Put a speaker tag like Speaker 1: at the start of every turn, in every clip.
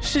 Speaker 1: 世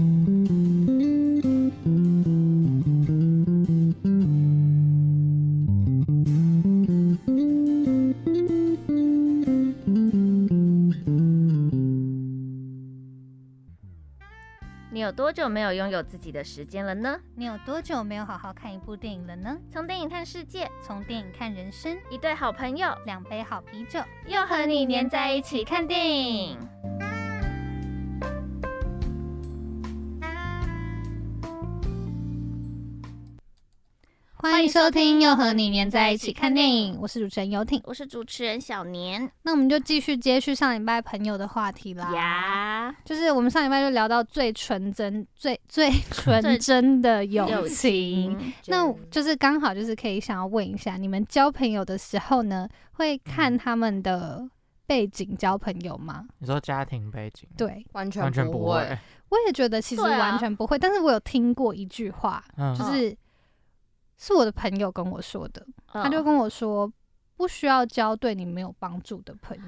Speaker 2: 你有多久没有拥有自己的时间了呢？
Speaker 3: 你有多久没有好好看一部电影了呢？
Speaker 2: 从电影看世界，
Speaker 3: 从电影看人生，
Speaker 2: 一对好朋友
Speaker 3: 两杯好啤酒，
Speaker 2: 又和你黏在一起看电影。
Speaker 3: 欢迎收听《又和你黏在一起看电影》，我是主持人游艇。
Speaker 2: 我是主持人小年
Speaker 3: 那我们就继续接续上礼拜朋友的话题啦。
Speaker 2: 呀，
Speaker 3: 就是我们上礼拜就聊到最纯真、最最纯真的友情。
Speaker 2: 友情。
Speaker 3: 那就是刚好就是可以想要问一下，你们交朋友的时候呢，会看他们的背景交朋友吗？
Speaker 4: 你说家庭背景，
Speaker 3: 对，
Speaker 5: 完全
Speaker 4: 完全不
Speaker 5: 会。
Speaker 4: 会，
Speaker 3: 我也觉得其实
Speaker 2: 对啊
Speaker 3: 完全不会，但是我有听过一句话，
Speaker 4: 嗯
Speaker 3: 就
Speaker 2: 嗯
Speaker 3: 是是我的朋友跟我说的，
Speaker 2: 嗯
Speaker 3: 他就跟我说不需要交对你没有帮助的朋友。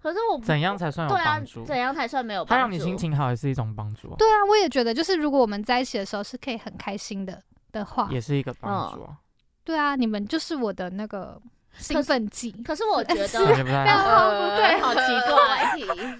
Speaker 2: 可是我不
Speaker 4: 怎样才算有
Speaker 2: 对啊
Speaker 4: 帮助？，
Speaker 2: 怎样才算没有帮助？
Speaker 4: 他让你心情好也是一种帮助啊，
Speaker 3: 对啊，我也觉得，就是如果我们在一起的时候是可以很开心的的话，
Speaker 4: 也是一个帮助啊。
Speaker 3: 对啊，你们就是我的那个兴
Speaker 2: 可是
Speaker 3: 奋剂。
Speaker 2: 可是我觉 得
Speaker 4: 感 觉不太好，
Speaker 2: 呃对好奇怪
Speaker 5: 题。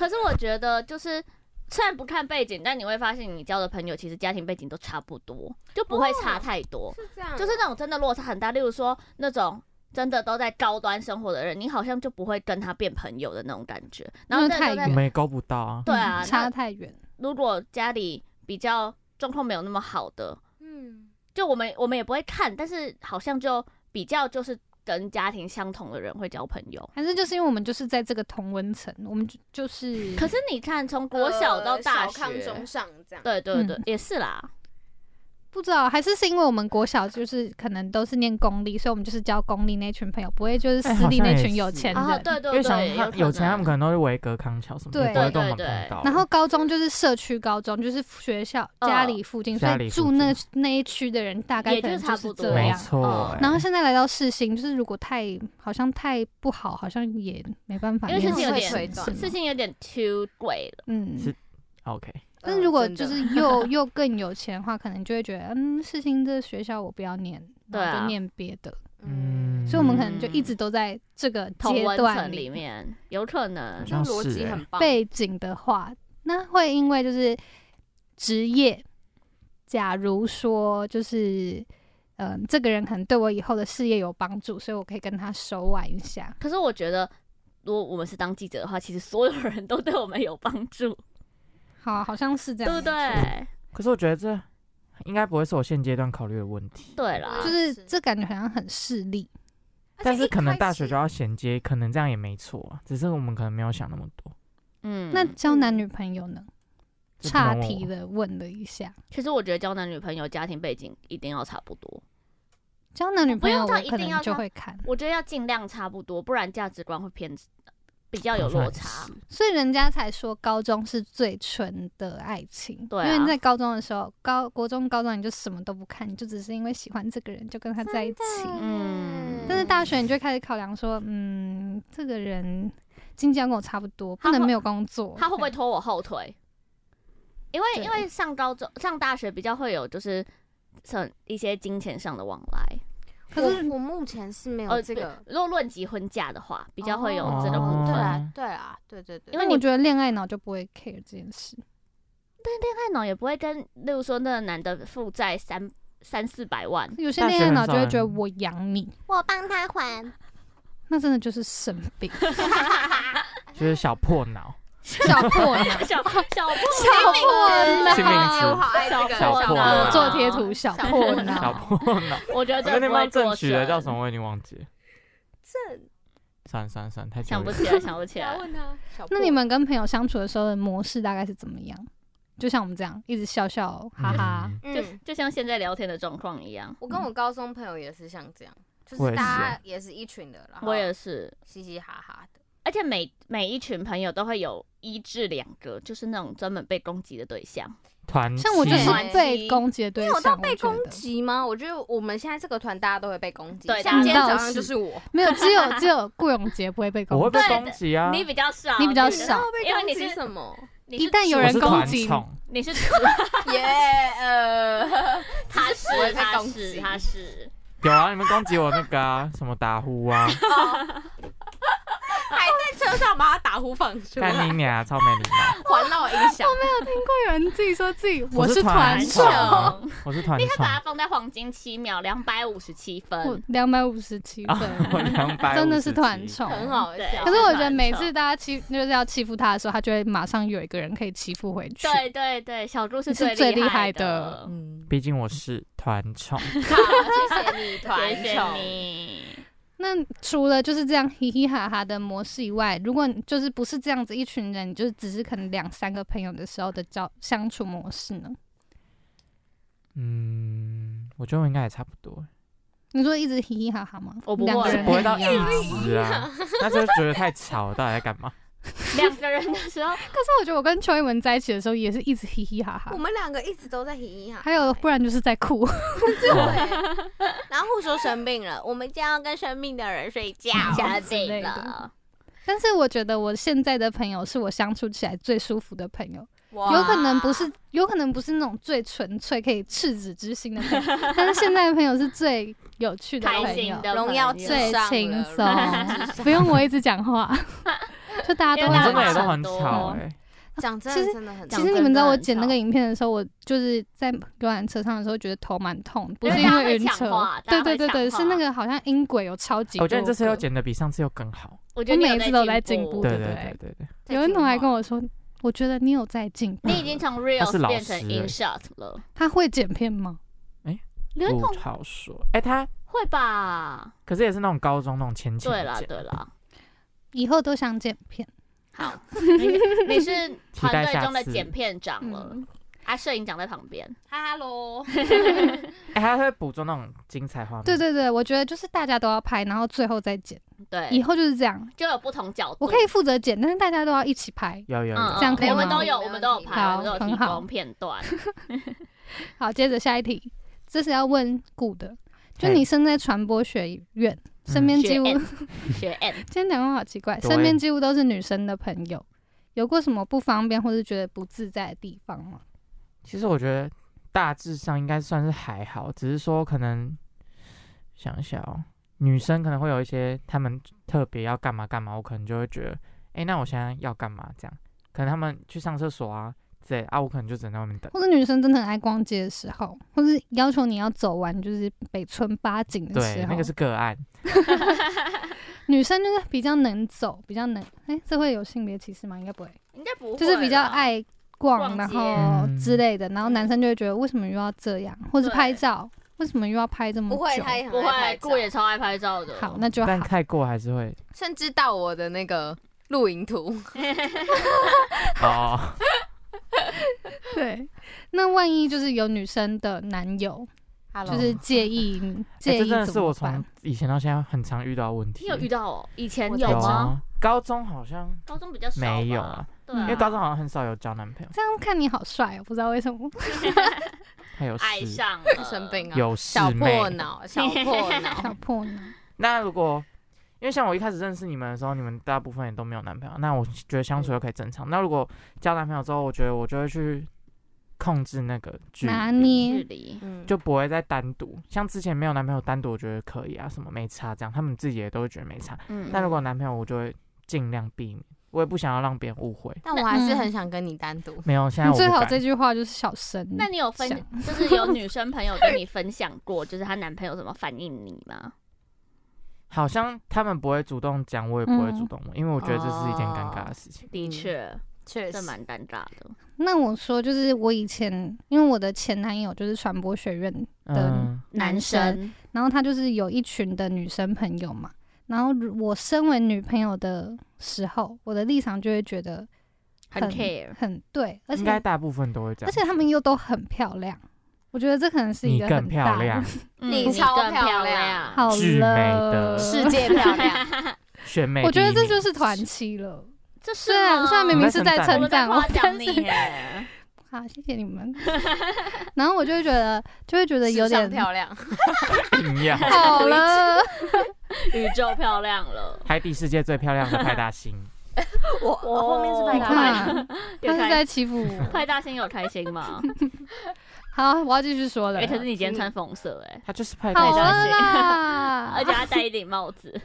Speaker 2: 可是我觉得就是。虽然不看背景，但你会发现你交的朋友其实家庭背景都差不多，就不会差太多。
Speaker 5: 是这样啊
Speaker 2: 就是那种真的落差很大，例如说那种真的都在高端生活的人，你好像就不会跟他变朋友的那种感觉。然后真
Speaker 3: 那
Speaker 2: 的
Speaker 3: 太
Speaker 2: 就
Speaker 4: 我
Speaker 2: 在
Speaker 3: 远
Speaker 4: 们也勾不到啊。
Speaker 2: 对啊
Speaker 3: 嗯差太远。
Speaker 2: 如果家里比较状况没有那么好的，
Speaker 5: 嗯，
Speaker 2: 就我们我们也不会看，但是好像就比较就是跟家庭相同的人会交朋友。
Speaker 3: 还是就是因为我们就是在这个同温层，我们就就是
Speaker 2: 可是你看，从国小到大
Speaker 5: 嗯呃小康
Speaker 2: 学，
Speaker 5: 中上这样。
Speaker 2: 对对对，
Speaker 3: 嗯
Speaker 2: 也是啦。
Speaker 3: 不知道，还是是因为我们国小就是可能都是念公立，所以我们就是交公立那群朋友，不会就是
Speaker 4: 哎
Speaker 3: 私立那
Speaker 4: 好像也
Speaker 3: 群
Speaker 4: 是
Speaker 3: 有钱人。
Speaker 2: 啊，对
Speaker 4: 因
Speaker 2: 对
Speaker 4: 为想
Speaker 2: 对，
Speaker 4: 他
Speaker 2: 可
Speaker 4: 有钱，他
Speaker 2: 能
Speaker 4: 们可能都是维格康桥什么，
Speaker 3: 对
Speaker 4: 也不会跟我们
Speaker 2: 对对
Speaker 4: 碰到。
Speaker 3: 然后高中就是社区高中，就是学校
Speaker 2: 嗯
Speaker 3: 家里附近，所
Speaker 4: 家
Speaker 3: 以
Speaker 4: 里
Speaker 3: 住
Speaker 4: 附近
Speaker 3: 那那一区的人大概
Speaker 2: 也
Speaker 3: 可
Speaker 2: 就
Speaker 3: 能
Speaker 2: 差
Speaker 3: 是
Speaker 2: 不
Speaker 3: 这
Speaker 2: 多
Speaker 4: 没
Speaker 3: 样。
Speaker 4: 错
Speaker 2: 嗯，
Speaker 4: 欸
Speaker 3: 啊然后现在来到世新，就是如果太好像太不好，好像也没办法，
Speaker 2: 因为
Speaker 3: 也
Speaker 2: 世新有
Speaker 3: 很
Speaker 2: 点
Speaker 3: 省
Speaker 5: 水
Speaker 3: 是吗
Speaker 2: 事情有点 too 贵了。
Speaker 3: 嗯，
Speaker 4: 是 OK，
Speaker 3: 但
Speaker 5: 嗯
Speaker 3: 是如果
Speaker 2: 哦
Speaker 5: 真
Speaker 3: 就
Speaker 5: 的
Speaker 3: 是又 又更有钱的话，可能就会觉得嗯，世新这学校我不要念，
Speaker 2: 对
Speaker 3: 然后
Speaker 2: 啊
Speaker 3: 就念别的。
Speaker 4: 嗯，
Speaker 3: 所以我们可能就一直都在这个
Speaker 2: 同
Speaker 3: 阶
Speaker 2: 温层
Speaker 3: 段
Speaker 2: 里面有可能
Speaker 4: 好
Speaker 5: 就
Speaker 4: 像
Speaker 5: 逻
Speaker 4: 是
Speaker 5: 辑
Speaker 4: 欸
Speaker 5: 很棒。
Speaker 3: 背景的话，那会因为就是职业，假如说就是嗯、呃这个人可能对我以后的事业有帮助，所以我可以跟他手挽一下。
Speaker 2: 可是我觉得，如果我们是当记者的话，其实所有人都对我们有帮助，
Speaker 3: 好，好像是这
Speaker 2: 对啊
Speaker 3: 样，
Speaker 2: 不对？
Speaker 4: 可是我觉得这应该不会是我现阶段考虑的问题，
Speaker 2: 对啦，
Speaker 3: 就是是
Speaker 5: 是
Speaker 3: 这感觉好像很势利。
Speaker 4: 但是可能大学就
Speaker 5: 要
Speaker 4: 要衔接，可能这样也没错啊，只是我们可能没有想那么多。
Speaker 2: 嗯，
Speaker 3: 那交男女朋友呢？
Speaker 4: 这不
Speaker 3: 岔
Speaker 4: 能问
Speaker 3: 题
Speaker 4: 我
Speaker 3: 的问了一下，
Speaker 2: 其实我觉得交男女朋友家庭背景一定要差不多，
Speaker 3: 交男女朋友
Speaker 2: 不用到
Speaker 3: 我
Speaker 2: 一
Speaker 3: 可
Speaker 2: 定要
Speaker 3: 能就
Speaker 2: 到
Speaker 3: 会看，
Speaker 2: 我觉得要尽量差不多，不然价值观会偏比较有
Speaker 4: 好像
Speaker 2: 落
Speaker 4: 也
Speaker 2: 差
Speaker 4: 是。
Speaker 3: 所以人家才说高中是最纯的爱情，
Speaker 2: 对啊
Speaker 3: 因为在高中的时候，高国中、高中你就什么都不看，你就只是因为喜欢这个人就跟他在一起。
Speaker 2: 嗯
Speaker 3: 但是大学你就开始考量说，嗯，这个人经济要跟我差不多，
Speaker 2: 他
Speaker 3: 不能
Speaker 2: 会
Speaker 3: 没有工作。
Speaker 2: 他会不会拖我后腿？因为
Speaker 3: 对
Speaker 2: 因为上高中、上大学比较会有就是像一些金钱上的往来。
Speaker 3: 可是
Speaker 5: 我我目前是没
Speaker 2: 呃
Speaker 5: 有这个
Speaker 2: 如果论及婚嫁的话，比较会有
Speaker 4: 哦
Speaker 2: 这个部
Speaker 4: 哦
Speaker 2: 分。
Speaker 5: 对
Speaker 2: 恋
Speaker 5: 啊，对啊，对对对，
Speaker 2: 因
Speaker 3: 那
Speaker 2: 为
Speaker 3: 我
Speaker 2: 你
Speaker 3: 觉得恋爱脑就不会 care 这件事。
Speaker 2: 爱脑也不会跟，例如说那个男的负债三三四百 万，
Speaker 3: 有些
Speaker 4: 大
Speaker 3: 恋
Speaker 4: 学
Speaker 3: 爱
Speaker 4: 很
Speaker 3: 脑就
Speaker 4: 少
Speaker 3: 会
Speaker 4: 人
Speaker 3: 觉得我养你，
Speaker 5: 我帮他还，
Speaker 3: 那真的就是生病，
Speaker 4: 就是小破脑，
Speaker 3: 小破脑，
Speaker 2: 小小破
Speaker 3: 小破
Speaker 4: 新
Speaker 3: 脑，
Speaker 4: 名
Speaker 5: 我
Speaker 4: 词，
Speaker 5: 好爱这个
Speaker 4: 小破啊脑
Speaker 3: 做贴图小
Speaker 5: 小
Speaker 3: 破
Speaker 5: 破
Speaker 4: 小
Speaker 3: 脑。
Speaker 4: 破脑。
Speaker 2: 我觉得这
Speaker 4: 我在那
Speaker 2: 不会
Speaker 4: 帮
Speaker 2: 做
Speaker 4: 正取的叫什
Speaker 2: 么？
Speaker 4: 么我已经忘记了，
Speaker 5: 正
Speaker 4: 算了算了算了，太久
Speaker 2: 想不
Speaker 4: 了。
Speaker 2: 起来，想不起
Speaker 5: 要
Speaker 2: 来。
Speaker 5: 问他。小破
Speaker 3: 那你们跟朋友相处的时候的模式大概是怎么样？就像我们这样一直笑笑哈哈，
Speaker 4: 嗯
Speaker 2: 就
Speaker 5: 嗯，
Speaker 2: 就像现在聊天的状况一样，
Speaker 5: 我跟我高中朋友也是像这样，就
Speaker 4: 我也
Speaker 5: 是
Speaker 4: 是
Speaker 5: 大家也是一群的，然后
Speaker 2: 我也是。
Speaker 5: 嘻嘻哈哈的。
Speaker 2: 哎、而且每每一群朋友都会有一至两个，就是那种专门被攻击的对象。
Speaker 4: 团
Speaker 3: 像我就
Speaker 4: 契
Speaker 3: 是
Speaker 5: 团
Speaker 3: 被
Speaker 5: 体
Speaker 3: 攻击的对
Speaker 5: 没
Speaker 3: 象，
Speaker 5: 有到被
Speaker 3: 我觉
Speaker 5: 攻
Speaker 3: 得
Speaker 5: 击吗？我觉得我们现在这个团大家都会被攻击，
Speaker 2: 对
Speaker 5: 像今天
Speaker 3: 大家
Speaker 5: 早
Speaker 3: 都
Speaker 5: 上
Speaker 3: 是
Speaker 5: 就是我，
Speaker 3: 没有，只有只有顾永杰不会被攻
Speaker 4: 我会被
Speaker 2: 对
Speaker 4: 攻击啊！
Speaker 2: 你比较少，
Speaker 3: 你比较
Speaker 2: 是
Speaker 3: 少
Speaker 5: 然后被
Speaker 2: 因为
Speaker 5: 攻
Speaker 2: 你
Speaker 5: 击
Speaker 2: 是
Speaker 5: 什么？
Speaker 2: 你是
Speaker 3: 一旦有
Speaker 4: 我
Speaker 3: 人
Speaker 4: 是
Speaker 3: 攻
Speaker 4: 团
Speaker 3: 击
Speaker 4: 宠，
Speaker 2: 你是
Speaker 5: 耶，呃，
Speaker 2: 他
Speaker 5: 是我
Speaker 2: 是
Speaker 5: 也被
Speaker 2: 他
Speaker 5: 攻
Speaker 2: 是
Speaker 5: 击
Speaker 2: 他是，
Speaker 4: 有啊，你们攻击我那个啊，什么打呼啊，
Speaker 5: 还在车上把他打呼放出来，
Speaker 4: 看你俩超没礼貌，
Speaker 5: 环绕音响，
Speaker 3: 会有人自己说自己
Speaker 4: 我
Speaker 3: 我
Speaker 4: 是
Speaker 3: 是团
Speaker 4: 团
Speaker 3: 宠
Speaker 4: 宠，
Speaker 2: 宠。
Speaker 4: 我是团
Speaker 2: 你可以把它
Speaker 4: 宠，
Speaker 2: 放在黄金七秒，两百五十七分。
Speaker 3: 两百五十七
Speaker 4: 我
Speaker 3: 分，
Speaker 4: 啊两百
Speaker 3: 啊真的是团。宠。
Speaker 5: 很好笑。
Speaker 3: 可是我觉得每次大家欺就是要欺负他的时候，他就会马上有一个人可以欺负回去。
Speaker 2: 对对对，小猪是
Speaker 3: 你是
Speaker 2: 最
Speaker 3: 最
Speaker 2: 厉
Speaker 3: 厉害
Speaker 2: 的
Speaker 3: 的。
Speaker 5: 嗯，
Speaker 4: 毕竟我是团宠，
Speaker 5: 好，谢谢 你，团
Speaker 2: 谢谢
Speaker 5: 宠。
Speaker 2: 你。
Speaker 3: 那除了就是这样嘻嘻哈哈的模式以外，如果你就是不是这样子一群人，你就是只是可能两三个朋友的时候的交相处模式呢？
Speaker 4: 嗯，我觉得我应该也差不多，
Speaker 3: 你说一直嘻嘻哈哈吗？
Speaker 2: 我不会
Speaker 3: 两个
Speaker 2: 对
Speaker 3: 人
Speaker 4: 不会到
Speaker 3: 一
Speaker 4: 一
Speaker 3: 样吗
Speaker 4: 直啊， 那就觉得太吵，到底 在干嘛？
Speaker 2: 两个人的时候，
Speaker 3: 可是我觉得我跟邱一文在一起的时候也是一直嘻嘻哈哈
Speaker 5: 我，们两个一直都在嘻嘻哈哈，
Speaker 3: 还有不然就是在哭。
Speaker 4: 哦
Speaker 5: 对，然后说生病了，我们将要跟生病的人睡觉。
Speaker 2: 加
Speaker 3: 之类
Speaker 2: 倍
Speaker 3: 的
Speaker 2: 了。
Speaker 3: 但是我觉得我现在的朋友是我相处起来最舒服的朋友，有可能不是，有可能不是那种最纯粹可以赤子之心的朋友，但是现在的朋友是最有趣的
Speaker 2: 开
Speaker 3: 朋
Speaker 2: 心
Speaker 3: 友，
Speaker 2: 的
Speaker 5: 荣耀
Speaker 2: 朋友
Speaker 5: 最
Speaker 3: 最
Speaker 5: 上
Speaker 3: 轻
Speaker 5: 了
Speaker 3: 松， 不用我一直讲话， 就大家
Speaker 4: 我
Speaker 3: 都
Speaker 4: 们
Speaker 3: 很
Speaker 4: 真的也
Speaker 3: 吵
Speaker 4: 都很
Speaker 2: 多
Speaker 4: 吵哎、
Speaker 5: 讲真
Speaker 3: 其
Speaker 5: 的
Speaker 3: 实
Speaker 5: 真的很
Speaker 3: 其实你们知道我剪那个影片的时候，我就是在游览车上的时候觉得头蛮痛，不是因为
Speaker 2: 因为
Speaker 3: 晕
Speaker 2: 大家会抢话
Speaker 3: 车，
Speaker 2: 大家
Speaker 3: 对
Speaker 2: 会
Speaker 3: 对对对，
Speaker 2: 抢话
Speaker 3: 是那个好像音轨有超级多个。
Speaker 4: 我觉得你这次又剪的比上次又更好。
Speaker 2: 我觉得
Speaker 3: 我
Speaker 2: 你有
Speaker 3: 每次都在
Speaker 2: 进
Speaker 3: 进
Speaker 2: 步
Speaker 3: 步
Speaker 4: 对
Speaker 3: 对
Speaker 4: 对对
Speaker 3: 对
Speaker 4: 对对，
Speaker 3: 有人同来跟我说，我觉得你有在进步
Speaker 2: 你。已经从
Speaker 4: 他是
Speaker 2: real
Speaker 4: 老
Speaker 2: 变成
Speaker 4: 师
Speaker 2: in
Speaker 4: 欸
Speaker 2: shot 了。
Speaker 3: 他会剪片吗？
Speaker 2: 刘云
Speaker 4: 不
Speaker 2: 彤
Speaker 4: 好说。哎、他
Speaker 2: 会吧？
Speaker 4: 可是也是那种高中那种浅浅
Speaker 2: 对
Speaker 4: 的
Speaker 2: 啦
Speaker 4: 剪，
Speaker 2: 对啦，
Speaker 3: 以后都想剪片。
Speaker 2: 好，你你是
Speaker 4: 期待
Speaker 2: 团队
Speaker 4: 下
Speaker 2: 中的
Speaker 4: 次
Speaker 2: 剪片长了
Speaker 3: 嗯，
Speaker 2: 啊，摄影长在旁边。
Speaker 5: Hello，
Speaker 4: 哎、他会捕捉那种精彩画面。
Speaker 3: 对对对，我觉得就是大家都要拍，然后最后再剪，以
Speaker 2: 对，
Speaker 3: 后就是这样。
Speaker 2: 就有不同角度。
Speaker 3: 我可以负责剪，但是大家都要一起拍。
Speaker 4: 有有有，
Speaker 2: 嗯，
Speaker 3: 这样可以
Speaker 2: 我们
Speaker 3: 吗
Speaker 2: 都有，我们都有拍，我
Speaker 3: 好
Speaker 2: 们都有提
Speaker 3: 很好
Speaker 2: 供片段。
Speaker 3: 好，接着下一题，这是要问顾的，就
Speaker 4: 嘿
Speaker 3: 你身在传播学院，
Speaker 4: 嗯
Speaker 3: 身边几
Speaker 2: 学
Speaker 3: 乎
Speaker 2: N，学 N，
Speaker 3: 今天讲话好奇怪，
Speaker 4: 对
Speaker 3: 身边几乎都是女生的朋友，有过什么不方便或是觉得不自在的地方吗？
Speaker 4: 其实我觉
Speaker 2: 嗯
Speaker 4: 得大致上应该算是还好，只是说可能想一下哦，女生可能会有一些她们特别要干嘛干嘛，我可能就会觉得，哎、那我现在要干嘛这样？可能她们去上厕所啊之类啊，我可能就只能在外面等。
Speaker 3: 或者女生真的很爱逛街的时候，或是要求你要走完就是北村八景的时
Speaker 4: 对，
Speaker 3: 候，
Speaker 4: 那个是个 案，
Speaker 3: 女生就是比较能走，比较能，哎、这会有性别歧视吗？应该不会，
Speaker 2: 应该不会，
Speaker 3: 就是比较。爱逛，
Speaker 2: 逛
Speaker 3: 然
Speaker 2: 街
Speaker 3: 后
Speaker 4: 嗯
Speaker 3: 之类的，然后男生就会觉得为什么又要这样，或是
Speaker 2: 对
Speaker 3: 拍照，为什么又要拍这么久？
Speaker 5: 不会，他也很
Speaker 2: 不
Speaker 5: 爱拍
Speaker 2: 会，
Speaker 5: 照
Speaker 2: 顾也超爱拍照的。
Speaker 3: 好，那就好
Speaker 4: 但。太过还是会
Speaker 5: 甚至到我的那个露营图，
Speaker 4: 哦，
Speaker 3: 对，那万一就是有女生的男友，就是介 意
Speaker 4: 哦哎
Speaker 3: 介
Speaker 4: 这
Speaker 3: 意
Speaker 4: 真的
Speaker 3: 怎
Speaker 4: 是我
Speaker 3: 么
Speaker 4: 从
Speaker 3: 办？
Speaker 4: 以前到现在很常遇到的问题。
Speaker 2: 你有遇到哦？以前
Speaker 5: 我
Speaker 2: 有
Speaker 4: 有
Speaker 2: 吗？
Speaker 4: 啊，高中好像
Speaker 2: 高中比较少吧，
Speaker 4: 没有啊，
Speaker 2: 对啊，
Speaker 4: 因为高中好像很少有交男朋友，
Speaker 3: 这样看你好帅哦，不知道为什么。
Speaker 4: 还有
Speaker 2: 爱
Speaker 4: 事
Speaker 2: 上了
Speaker 5: 生病啊，
Speaker 4: 有事
Speaker 5: 小
Speaker 4: 妹
Speaker 5: 破。脑，小破
Speaker 3: 小
Speaker 5: 脑，
Speaker 3: 破呢？
Speaker 4: 那如果因为像我一开始认识你们的时候，你们大部分也都没有男朋友，那我觉得相处又可以正常。那如果交男朋友之后，我觉得我就会去控制那个距
Speaker 3: 拿
Speaker 4: 离，
Speaker 2: 距
Speaker 3: 捏
Speaker 2: 离，
Speaker 5: 嗯，
Speaker 4: 就不会再单独。像之前没有男朋友单独，我觉得可以啊，什么没差这样，他们自己也都会觉得没差。
Speaker 2: 嗯
Speaker 4: 但如果有男朋友，我就会尽量避免，我也不想要让别人误会。
Speaker 5: 但我还是很想跟你单独。
Speaker 4: 没有，现在
Speaker 3: 你
Speaker 4: 我
Speaker 3: 最
Speaker 4: 不
Speaker 3: 好
Speaker 4: 敢
Speaker 3: 这句话就是小声。
Speaker 2: 那你有分，就是有女生朋友跟你分享过， 就是她男朋友怎么反应你吗？
Speaker 4: 好像他们不会主动讲，我也不会主
Speaker 3: 嗯
Speaker 4: 动问，因为我觉得这是一件尴尬的事情。
Speaker 2: 的
Speaker 5: 嗯
Speaker 2: 确，
Speaker 5: 确
Speaker 2: 这
Speaker 5: 实，
Speaker 2: 蛮尴尬的。
Speaker 3: 那我说就是我以前，因为我的前男友就是传播学院，的
Speaker 4: 嗯，
Speaker 3: 男生然后他就是有一群的女生朋友嘛。然后如我身为女朋友的时候，我的立场就会觉得
Speaker 2: 很 care，
Speaker 3: 很对，而
Speaker 4: 应该
Speaker 3: 且
Speaker 4: 大部分都会这样。
Speaker 3: 而且他们又都很漂亮，我觉得这可能是一
Speaker 4: 你
Speaker 3: 个
Speaker 4: 更
Speaker 3: 很
Speaker 4: 漂
Speaker 3: 大的
Speaker 4: 亮，
Speaker 2: 嗯
Speaker 5: 你超
Speaker 2: 更
Speaker 5: 漂
Speaker 2: 漂
Speaker 5: 亮
Speaker 3: 好
Speaker 4: 巨美
Speaker 5: 嗯
Speaker 3: 了
Speaker 4: 的
Speaker 5: 世界漂亮，
Speaker 4: 选美第一名，
Speaker 3: 我觉得这就是团欺了。
Speaker 2: 这是
Speaker 3: 虽然
Speaker 2: 吗
Speaker 3: 虽然明明是在
Speaker 2: 我
Speaker 3: 称
Speaker 2: 们在
Speaker 3: 赞我
Speaker 2: 夸，奖
Speaker 3: 但
Speaker 2: 你
Speaker 3: 是
Speaker 2: 耶，
Speaker 3: 好，谢谢你们。 然后我就会觉得，就会觉得有
Speaker 5: 时尚
Speaker 3: 点
Speaker 5: 漂亮，
Speaker 4: 一样。
Speaker 3: 好了，
Speaker 2: 宇宙漂亮了，
Speaker 4: 海底世界最漂亮的派 大星，
Speaker 5: 我
Speaker 2: 我后面是
Speaker 3: 你
Speaker 2: 白搭
Speaker 3: 看啊
Speaker 2: 有
Speaker 3: 他是
Speaker 2: 开
Speaker 3: 在欺负我。
Speaker 2: 派大星有开心 吗？
Speaker 3: 好，我要继续说了
Speaker 2: 哎、。可是你今天穿粉红色哎、
Speaker 4: 他就是派大
Speaker 3: 好啊
Speaker 4: 星。
Speaker 3: 了
Speaker 2: 而
Speaker 3: 啦，
Speaker 2: 且还戴一顶帽子，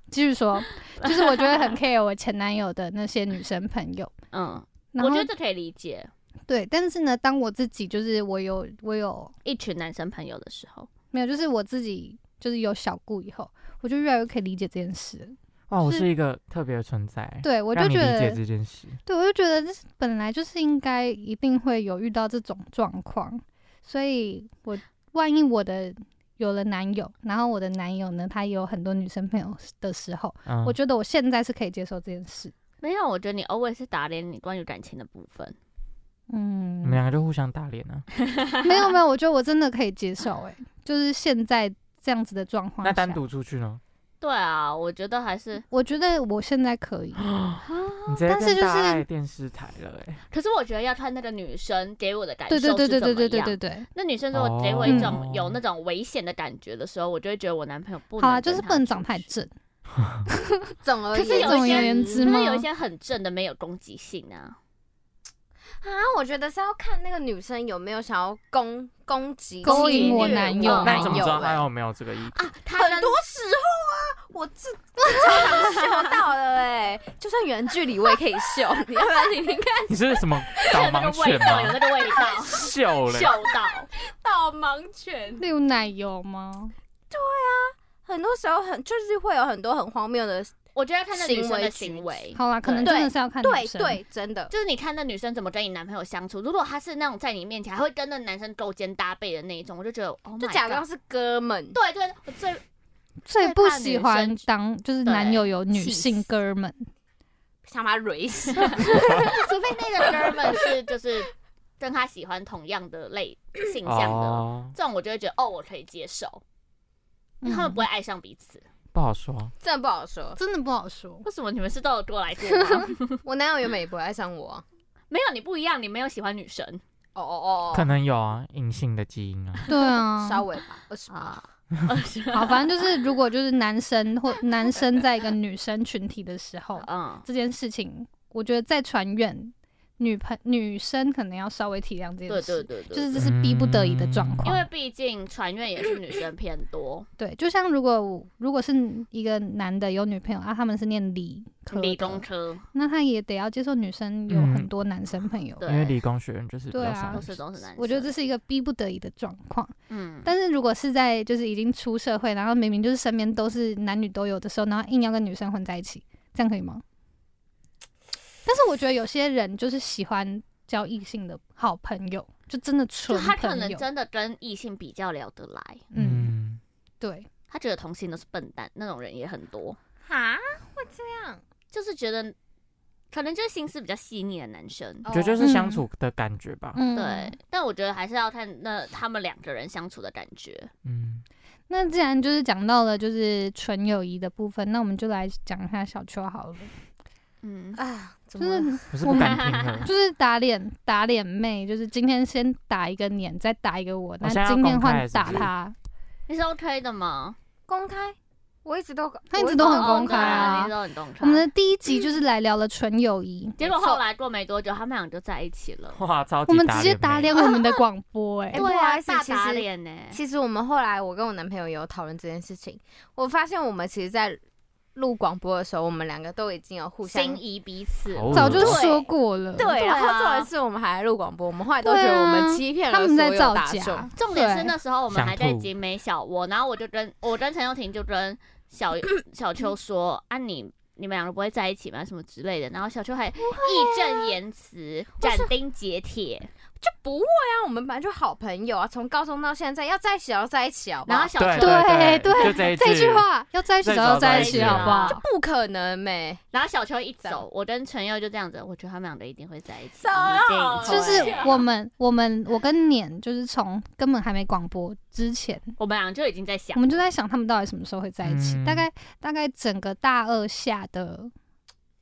Speaker 3: 继续说，就是我觉得很 care 我前男友的那些女生朋友。
Speaker 2: 嗯，
Speaker 3: 然
Speaker 2: 我
Speaker 3: 后
Speaker 2: 觉得这可以理解。
Speaker 3: 对，但是呢，当我自己就是我有我有
Speaker 2: 一群男生朋友的时候，
Speaker 3: 没有，就是我自己就是有小顾以后，我就越来越可以理解这件事了。
Speaker 4: 哇，我
Speaker 3: 是
Speaker 4: 是一个特别的存在，
Speaker 3: 对我就
Speaker 4: 让你
Speaker 3: 觉
Speaker 4: 理解
Speaker 3: 得，
Speaker 4: 这件事。
Speaker 3: 对我就觉得这是本来就是应该一定会有遇到这种状况，所以我万一我的有了男友，然后我的男友呢，他也有很多女生朋友的时候，
Speaker 4: 嗯，
Speaker 3: 我觉得我现在是可以接受这件事。
Speaker 2: 没有，我觉得你 always 是打脸你关于感情的部分。
Speaker 4: 你们
Speaker 3: 嗯，
Speaker 4: 两个就互相打脸啊。
Speaker 3: 没有没有，我觉得我真的可以接受、欸，就是现在这样子的状况。
Speaker 4: 那单，独出去呢？
Speaker 2: 对啊，我觉得还是，
Speaker 3: 我觉得我现在可以。
Speaker 2: 啊
Speaker 4: 你直接
Speaker 3: 但是哦
Speaker 4: 变
Speaker 3: 啊就是
Speaker 4: 大爱电视台了哎。
Speaker 2: 可是我觉得要看那个女生给我的感受
Speaker 3: 对对对
Speaker 2: 是
Speaker 3: 对
Speaker 2: 怎么
Speaker 3: 对
Speaker 2: 样。
Speaker 3: 对对对对，
Speaker 2: 那女生如果给我一
Speaker 4: 哦
Speaker 2: 种有那种危险的感觉的时候，我就会觉得我男朋友不能
Speaker 3: 好啦，
Speaker 2: 跟
Speaker 3: 就是
Speaker 2: 他
Speaker 3: 不能
Speaker 2: 出
Speaker 3: 长太
Speaker 2: 去。
Speaker 3: 正。
Speaker 5: 总而
Speaker 2: 可是有
Speaker 5: 言
Speaker 2: 一
Speaker 3: 总而
Speaker 2: 些
Speaker 3: 言
Speaker 5: 之
Speaker 3: 之
Speaker 2: 可
Speaker 3: 吗
Speaker 2: 是？有一些很正的没有攻击性啊，
Speaker 5: 啊，我觉得是要看那个女生有没有想要攻攻击、
Speaker 3: 勾
Speaker 5: 侵
Speaker 3: 引我
Speaker 5: 略
Speaker 3: 男友
Speaker 5: 我
Speaker 4: 那
Speaker 5: 男
Speaker 3: 吗
Speaker 4: 你怎么知
Speaker 5: 友
Speaker 4: 道他
Speaker 5: 欸
Speaker 4: 有没有这个意图？
Speaker 2: 啊他
Speaker 5: 很
Speaker 2: 跟
Speaker 5: 多时候啊， 我这这常常嗅到了哎、就算远距离我也可以嗅，你要不要听听看？
Speaker 4: 你是什么导
Speaker 2: 有那
Speaker 4: 盲
Speaker 2: 个味
Speaker 4: 犬
Speaker 2: 道，有
Speaker 4: 吗？
Speaker 2: 那个味 道，
Speaker 4: 秀嘞
Speaker 2: 嗅！到。
Speaker 5: 导盲犬，
Speaker 3: 例如奶油吗？
Speaker 5: 很多时候很就是会有很多很荒谬的，
Speaker 2: 我觉得要看那女生的行
Speaker 5: 行
Speaker 2: 为，
Speaker 3: 好啦，可能
Speaker 5: 对
Speaker 3: 真的是要看
Speaker 5: 对
Speaker 3: 女生。Oh
Speaker 5: 对，真的。
Speaker 2: 就是你看那女生怎么跟你男朋友相处。如果她是那种在你面前还会跟那男生勾肩搭背的那一种，我就觉得，oh、
Speaker 5: 就假装。是哥们，
Speaker 2: 对哦对，我最
Speaker 3: 最不喜欢当就是
Speaker 2: 对
Speaker 3: 男友有女
Speaker 2: 气
Speaker 3: 性
Speaker 2: 死
Speaker 3: 哥们，
Speaker 5: 想把他蕊死。
Speaker 2: 除非那个哥们是就是跟他喜欢同样的类性向的，
Speaker 4: 哦，
Speaker 2: 这种我就会觉得哦，我可以接受，
Speaker 3: 嗯
Speaker 2: 因为他们不会爱上彼此。
Speaker 4: 不好说。
Speaker 2: 哦
Speaker 5: 真的不好说。
Speaker 3: 真的不好说。
Speaker 2: 为什么你们是都有过来过吗？
Speaker 5: 我男友原本也不爱上我啊、
Speaker 2: 没有，你不一样，你没有喜欢女生
Speaker 5: 哦哦
Speaker 4: 可
Speaker 5: 哦
Speaker 4: 能有啊，隐性的基因啊。
Speaker 3: 对
Speaker 5: 哦，
Speaker 3: 啊，
Speaker 5: 稍微吧，二十 八。
Speaker 2: 啊。
Speaker 3: 好，反正就是如果就是男生或男生在一个女生群体的时 候，
Speaker 2: 嗯，
Speaker 3: 这件事情，我觉得在传远女朋女生可能要稍微体谅这件
Speaker 2: 对
Speaker 3: 事，
Speaker 2: 对对对，嗯
Speaker 3: 就是这是逼不得已的状
Speaker 2: 因
Speaker 3: 况。
Speaker 2: 为毕竟传阅也是女生偏多，
Speaker 3: 对，就像如果我如果是一个男的有女朋友啊，他们是念理科的
Speaker 2: 理工科
Speaker 3: 那他也得要接受女生有很多男生朋友。
Speaker 2: 对
Speaker 4: 因为理工学院就是比
Speaker 3: 对
Speaker 4: 较
Speaker 3: 啊
Speaker 4: 少
Speaker 2: 都
Speaker 4: 女
Speaker 2: 是
Speaker 4: 生。
Speaker 2: 都是男生。
Speaker 3: 我觉得这是一个逼不得已的状况。
Speaker 2: 嗯，
Speaker 3: 但是如果是在就是已经出社会，然后明明就是身边都是男女都有的时候，然后硬要跟女生混在一起，这样可以吗？但是我觉得有些人就是喜欢交异性的好朋友，就真的
Speaker 2: 就
Speaker 3: 纯
Speaker 2: 他可
Speaker 3: 朋
Speaker 2: 能
Speaker 3: 友。
Speaker 2: 真的跟异性比较聊得来，
Speaker 3: 嗯，
Speaker 4: 嗯，
Speaker 3: 对，
Speaker 2: 他觉得同性都是笨蛋，那种人也很多，
Speaker 5: 哈，会这样？
Speaker 2: 就是觉得可能就是心思比较细腻的男生。
Speaker 5: 哦
Speaker 4: 我觉得就是相处的感觉吧。
Speaker 3: 哦嗯，
Speaker 2: 对，。但我觉得还是要看那他们两个人相处的感觉。
Speaker 4: 嗯，
Speaker 3: 那既然就是讲到了就是纯友谊的部分，那我们就来讲一下小秋好了，
Speaker 2: 嗯，
Speaker 5: 啊，怎
Speaker 3: 就
Speaker 5: 么了
Speaker 3: 是
Speaker 4: 我是不敢听 了。
Speaker 3: 就是打脸打脸妹，就是今天先打一个脸，再打一个我，那
Speaker 4: 现在要
Speaker 3: 今天
Speaker 4: 公开
Speaker 3: 换
Speaker 4: 了是不
Speaker 3: 打
Speaker 4: 是
Speaker 3: 他，
Speaker 2: 你是 OK 的吗？？Oh，
Speaker 5: 公开？我一直都
Speaker 3: 他一直都很
Speaker 5: 我
Speaker 3: 公开啊
Speaker 2: 你都很公开
Speaker 3: 我。们的第一集就是来聊了纯友谊，
Speaker 2: 结果后来过没多久，他们俩就在一起了。
Speaker 4: 哇，超级
Speaker 3: 我们直接
Speaker 4: 打
Speaker 3: 打
Speaker 4: 脸
Speaker 3: 脸我们的广播、
Speaker 5: 哎
Speaker 3: 哎，
Speaker 2: 对
Speaker 5: 不好
Speaker 2: 啊，
Speaker 5: 意思
Speaker 2: 大
Speaker 5: 其
Speaker 2: 打
Speaker 5: 实
Speaker 2: 脸呢、
Speaker 5: 其实我们后来，我跟我男朋友也有讨论这件事情。我发现我们其实，在录广播的时候，我们两个都已经有互相
Speaker 2: 心仪彼此。
Speaker 4: 好恶哦
Speaker 3: 早就
Speaker 5: 对
Speaker 3: 说过了，
Speaker 5: 对，然后
Speaker 2: 对啊
Speaker 5: 做一次我们还录广播，我们后来都
Speaker 3: 对
Speaker 5: 觉得我
Speaker 3: 啊
Speaker 5: 们欺骗
Speaker 3: 他
Speaker 5: 了
Speaker 3: 们在
Speaker 5: 所
Speaker 3: 造
Speaker 5: 有大
Speaker 3: 假
Speaker 4: 啊
Speaker 5: 众。，
Speaker 2: 重点是
Speaker 3: 对
Speaker 2: 那时候我们还在
Speaker 4: 想吐
Speaker 2: 集美小窝，然后我就跟我跟陈又廷就跟 小小秋说啊你。你们两个不会在一起吗？什么之类的？然后小秋还义正言辞、斩钉截铁，
Speaker 5: 就不会啊，我们本来就好朋友啊，从高中到现在要在一起要在一起好不
Speaker 2: 然后
Speaker 5: 好？
Speaker 2: 小
Speaker 4: 对
Speaker 2: 球，
Speaker 3: 对
Speaker 4: 对，就这一
Speaker 3: 这句话要在一起
Speaker 4: 再
Speaker 3: 早
Speaker 4: 找
Speaker 3: 就在
Speaker 4: 在
Speaker 3: 一
Speaker 4: 一
Speaker 3: 起，
Speaker 4: 起
Speaker 3: 好
Speaker 2: 啊
Speaker 3: 不好？
Speaker 5: 不可能欸没、
Speaker 2: 然后小球一走，我跟陈佑就这样子，我觉得他们两个一定会在一起，
Speaker 5: 走啊
Speaker 2: 一定会
Speaker 3: 就是我们，我们，我跟年，就是从根本还没广播之前，
Speaker 2: 我们俩就已经在想
Speaker 3: 我，们就在想他们到底什么时候会在一起。
Speaker 4: 嗯
Speaker 3: 大概大概整个大二下的